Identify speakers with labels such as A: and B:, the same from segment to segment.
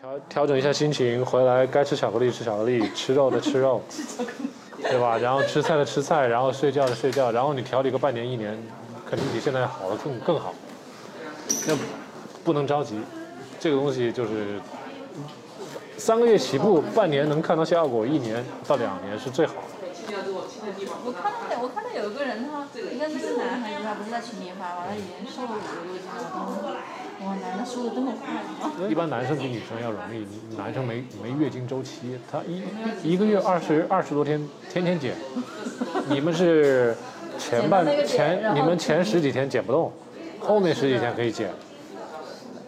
A: 调调整一下心情，回来该吃巧克力吃巧克力，吃肉的吃肉，对吧？然后吃菜的吃菜，然后睡觉的睡觉，然后你调理个半年一年，肯定比现在好的更更好。那不能着急，这个东西就是三个月起步，半年能看到效果，一年到两年是最好的。
B: 我看到有我看到有一个人他，应该是个男孩子，他不是在群里发吗？他已经瘦了五十多斤了。我哇，男的瘦的这么快吗？
A: 一般男生比女生要容易，你男生没没月经周期，他一一个月二十二十多天，天天减。你们是前半
B: 减到那个点然
A: 前
B: 后
A: 你们前十几天减不动，后面十几天可以减，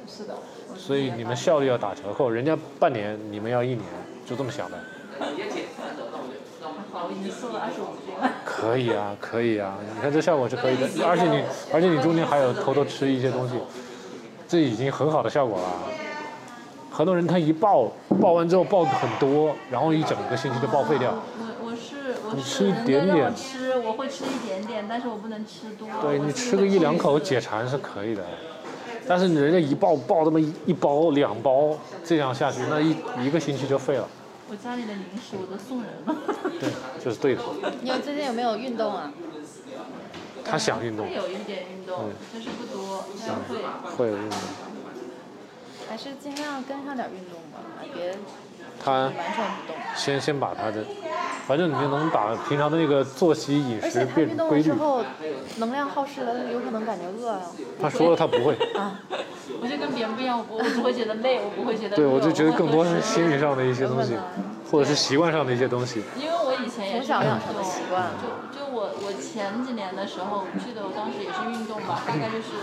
B: 是的，我
A: 所以你们效率要打折扣，人家半年，你们要一年，就这么想的。
B: 好，已经瘦了二十五斤了。
A: 可以啊，可以啊，你看这效果是可以的，而且你，而且你中间还有偷偷吃一些东西，这已经很好的效果了。啊很多人他一报报完之后报很多，然后一整个星期就报废掉。
B: 我我是我
A: 你
B: 是
A: 吃一点
B: 人家让我
A: 点
B: 吃，我会吃一点点，但是我不能吃多。
A: 对
B: 我
A: 你
B: 是
A: 吃个一两口
B: 会
A: 解馋是可以的，但是人家一报报这么一一包两包，这样下去那一一个星期就废了。
B: 我家里的零食我都送人了。
A: 对，这是对的。
C: 你有最近有没有运动啊？
A: 他想运动
B: 会，有一点运动，就是不多，但会。
A: 会有运动。
C: 还是尽量跟上点运动吧，别
A: 他
C: 完全不动。
A: 先先把他的，反正你就能把平常的那个作息饮
C: 而
A: 食
C: 且他
A: 变
C: 运动
A: 规
C: 了之
A: 律。
C: 后，能量耗失了，有可能感觉饿啊。
A: 他说了他不会，
B: 我就跟别人不一样，我不我只会觉得累，我不会觉得饿。
A: 对我就觉得
B: 会
A: 更多是
B: 饿
A: 心理上的一些东西，或者是习惯上的一些东西。
B: 因为我以前也是
C: 从小
B: 运
C: 养成的
B: 动
C: 习惯
B: 就就我我前几年的时候，我记得我当时也是运动吧，大概就是，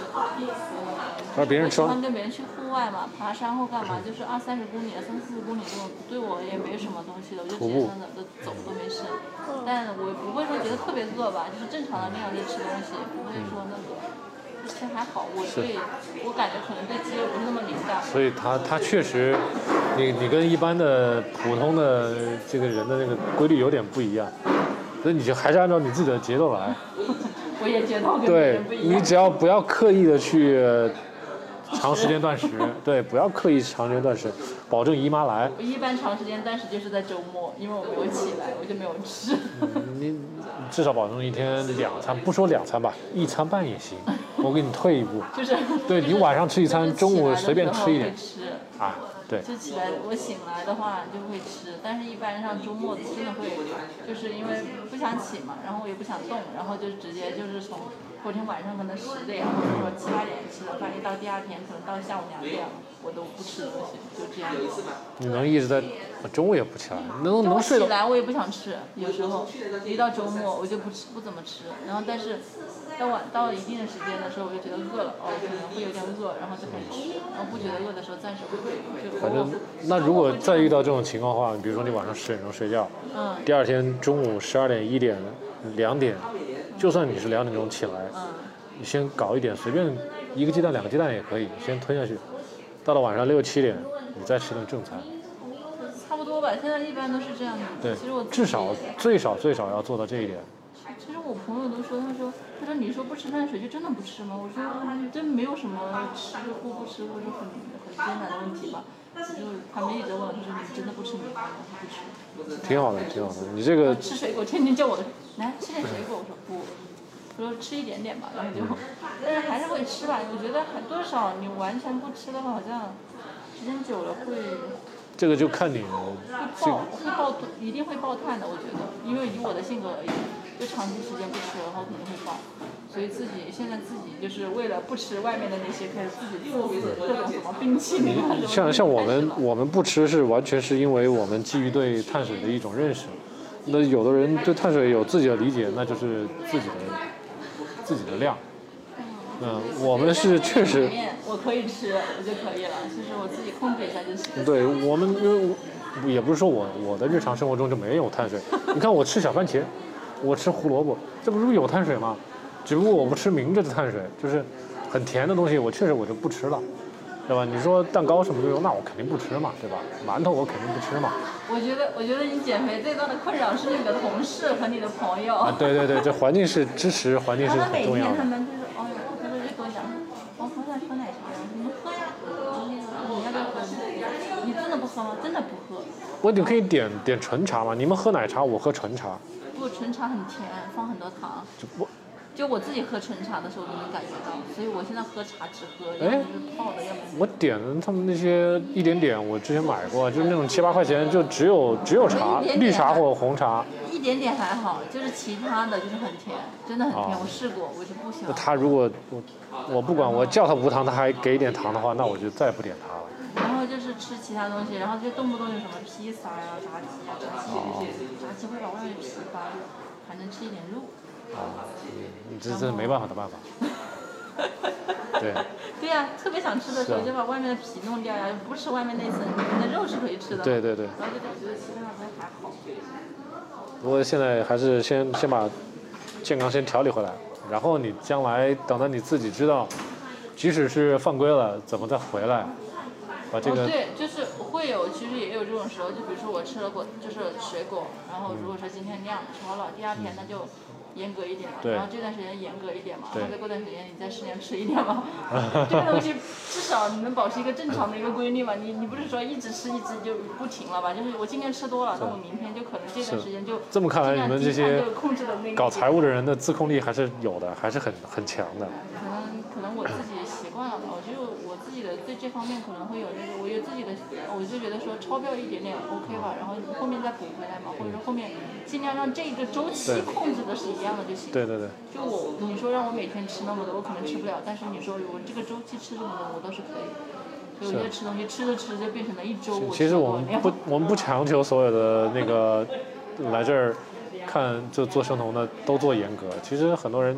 A: 而别人
B: 我喜
A: 说
B: 欢跟别人去户外嘛，爬山或干嘛，就是二三十公里、三四十公里这种，对我也没什么东西的，我就直
A: 徒
B: 接
A: 步
B: 能走走都没事。
C: 嗯
B: 但我不会说觉得特别饿吧，就是正常的量在吃东西，不会说那个。之前还好，我对我感觉可能对肌肉不是那么敏感。
A: 所以他他确实，你你跟一般的普通的这个人的那个规律有点不一样，所以你就还是按照你自己的节奏来。
B: 我也觉得我跟别
A: 对
B: 人不一
A: 你
B: 样。
A: 只要不要刻意的去呃长时间断食，对，不要刻意长时间断食，保证姨妈来。
B: 我一般长时间断食就是在周末，因为我没有起来，我就没有吃。
A: 你至少保证一天两餐，不说两餐吧，一餐半也行。我给你退一步，
B: 就是
A: 对你晚上吃一餐，中午随便吃一点
B: 就是起来的时候
A: 啊。对
B: 会吃，就起来我醒来的话就会吃，但是一般上周末真的会，就是因为不想起嘛，然后我也不想动，然后就直接就是从头天晚上可能十点或者说七八点吃的饭，一到第二天可能到下午两点我都不吃东西，就这样。
A: 你能一直在，我中午也不起来，能
B: 中午
A: 能
B: 起
A: 睡到。
B: 来我也不想吃，有时候一到周末我就不吃，不怎么吃。然后但是到晚到了一定的时间的时候，我就觉得饿了，哦，可能会有点饿，然后就开始吃。然后不觉得饿的时候暂时不吃，就
A: 反正那如果再遇到这种情况的话，比如说你晚上十点钟睡觉，
B: 嗯
A: 第二天中午十二点、一点、两点，就算你是两点钟起来，
B: 嗯
A: 你先搞一点，随便一个鸡蛋、两个鸡蛋也可以，先吞下去。到了晚上六七点，你再吃顿正餐。
B: 差不多吧。现在一般都是这样的。
A: 对
B: 其实我，自己
A: 至少最少最少要做到这一点。
B: 其实我朋友都说，他说，他说你说不吃碳水就真的不吃吗？我说嗯真没有什么吃或不吃或者很很艰难的问题吧。就是他们一直在问我，他说你真的不吃米饭吗？我说不吃。
A: 挺好的，挺好的。你这个
B: 吃水果，天天叫我来吃点水果，我说不，我说吃一点点吧，然后就，但是还是会吃吧。我觉得还多少你完全不吃的话，好像时间久了会
A: 这个就看你
B: 会爆，会爆，一定会爆碳的。我觉得，因为以我的性格而言，就长期时间不吃，然后肯定会爆。所以自己现在自己就是为了不吃外面的那些，开始自己做各种什么冰淇淋 啊什么。
A: 像像我们我们不吃是完全是因为我们基于对碳水的一种认识，那有的人对碳水有自己的理解，那就是自己的自己的量。嗯，我们是确实
B: 里面 我可以吃，我就可以了。就是我自己控制一下就行。
A: 对我们，因为我也不是说我我的日常生活中就没有碳水。你看我吃小番茄，我吃胡萝卜，这不是有碳水吗？只不过我不吃明着的碳水，就是很甜的东西，我确实我就不吃了，对吧？你说蛋糕什么的，那我肯定不吃嘛，对吧？馒头我肯定不吃嘛。
B: 我觉得，我觉得你减肥最大的困扰是你的同事和你的朋友。
A: 啊，对对对，这环境是支持，环境
B: 他
A: 是
B: 们
A: 很
B: 每
A: 重要
B: 天他
A: 的。
B: 们就是，哦，他们就跟我讲，我好想喝奶茶呀，你们喝呀，我说你要不要喝？你自喝吗？真的不喝，
A: 我你可以点点纯茶嘛，你们喝奶茶，我喝纯茶。
B: 不纯茶很甜，放很多糖。
A: 就我
B: 就我自己喝纯茶的时候都能感觉到，所以我现在喝茶只喝，要
A: 哎
B: 么就是泡的，要么
A: 我点的他们那些一点点，我之前买过，就是那种七八块钱，就只有只有茶，
B: 一点点
A: 绿茶或红茶。
B: 一点点还好，就是其他的就是很甜，真的很甜。
A: 哦
B: 我试过，我就不喜
A: 那
B: 欢。
A: 他如果我我不管，我叫他无糖，他还给一点糖的话，那我就再也不点他了。
B: 然后就是吃其他东西，然后就动不动就什么披萨呀、炸鸡呀、炸鸡，炸鸡会把外面皮扒掉，还能吃一点肉。
A: 你这这是没办法的办法。对，
B: 对呀、特别想吃的时
A: 是
B: 候
A: 啊
B: 就把外面的皮弄掉呀，不吃外面那层，里面的肉是可以吃的。
A: 对。对对，
B: 然后就感觉其他的都还好。
A: 不过现在还是先先把健康先调理回来，然后你将来等到你自己知道，即使是犯规了，怎么再回来，把这
B: 哦，
A: 个
B: 对，就是会有，其实也有这种时候，就比如说我吃了果，就是水果，然
A: 嗯
B: 后如果说今天量吃好了，第二天那就严格一点嘛，
A: 对
B: 然后这段时间严格一点嘛，
A: 对
B: 然后再过段时间你再适量吃一点 嘛，这个东西至少你能保持一个正常的一个规律嘛，你你不是说一直吃一直就不停了吧？就是我今天吃多了，那我明天就可能这段
A: 是
B: 时间就
A: 这么看来
B: 尽量
A: 你们
B: 低
A: 这些
B: 碳就控制的那个
A: 搞
B: 节
A: 财务的人的自控力还是有的，还是很很强的。
B: 可能可能我自己习惯了吧，我就我自己的对这方面可能会有那个，我有自己的，我就觉得说超标一点点 OK
A: 嗯
B: 吧，然后后面再补回来嘛，或者说后面尽量让这个周期
A: 对
B: 控制的是一样的就行。
A: 对对对，
B: 就我你说让我每天吃那么多，我可能吃不了，但是你说我这个周期吃这么多，我倒是可以。有些吃东西吃着吃着就变成了一周我
A: 其
B: 吃
A: 实
B: 的
A: 我
B: 过
A: 们
B: 量。
A: 不我们不强求所有的那个来这儿看就做生酮的都做严格，其实很多人。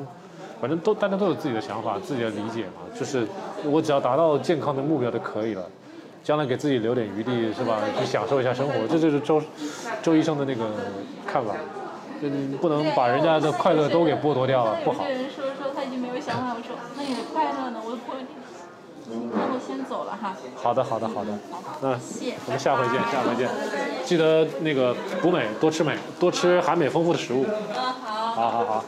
A: 反正都大家都有自己的想法、自己的理解嘛，就是我只要达到健康的目标就可以了，将来给自己留点余地是吧？去享受一下生活，这就是周周医生的那个看法，就你不能把人家的快乐都给剥夺掉了，啊不好
B: 有。些人说说他已经没有想法，我说那你的快乐呢？我的朋友，你看我先走了哈，
A: 好的，好的，好的，那
B: 谢谢。
A: 我们下回见，下回见，记得那个补镁，多吃镁，多吃含镁丰富的食物。
B: 嗯，好。
A: 好好好，